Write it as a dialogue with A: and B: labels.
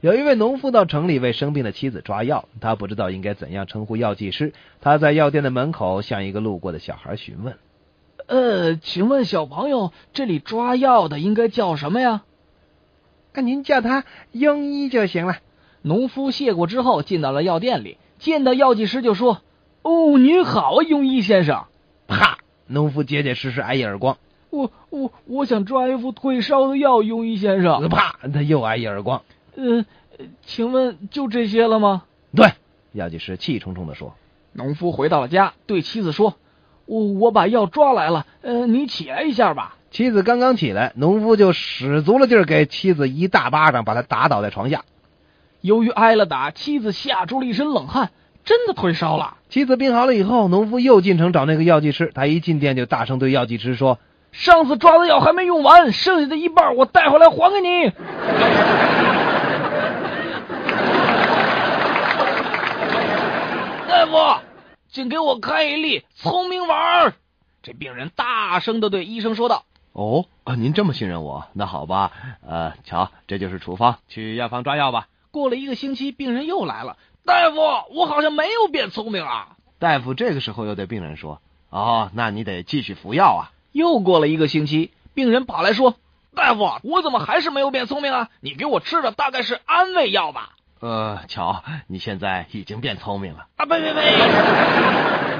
A: 有一位农夫到城里为生病的妻子抓药，他不知道应该怎样称呼药剂师。他在药店的门口向一个路过的小孩询问
B: 呃，请问小朋友，这里抓药的应该叫什么呀？：“
A: 那哎您叫他庸医就行了。
B: 农夫谢过之后，进到了药店里，见到药剂师就说：“哦，您好啊，庸医先生，”
A: 啪！农夫结结实实挨一耳光，
B: 我我我想抓一副退烧的药，庸医先生。
A: 啪！他又挨一耳光。
B: 嗯、呃，请问就这些了吗？”
A: 对，药剂师气冲冲地说
B: 农夫回到了家，对妻子说：“我我把药抓来了，呃，你起来一下吧。”：“
A: 妻子刚刚起来，农夫就使足了劲儿给妻子一大巴掌，把他打倒在床下。
B: 由于挨了打，妻子吓出了一身冷汗，真的退烧了。
A: 妻子病好了以后，农夫又进城找那个药剂师。他一进店就大声对药剂师说
B: 上次抓的药还没用完，剩下的一半我带回来还给你。 大夫，请给我开一粒聪明丸儿。这病人大声的对医生说道。：‘
A: 哦，啊您这么信任我，那好吧，呃，瞧，这就是处方，去药房抓药吧。’
B: 过了一个星期，病人又来了。大夫，我好像没有变聪明啊。
A: 大夫这个时候又对病人说：‘哦，那你得继续服药啊。’
B: 又过了一个星期，病人跑来说：“大夫，我怎么还是没有变聪明啊？你给我吃的大概是安慰药吧？”
A: 呃，乔，你现在已经变聪明了。
B: 啊，呸呸呸！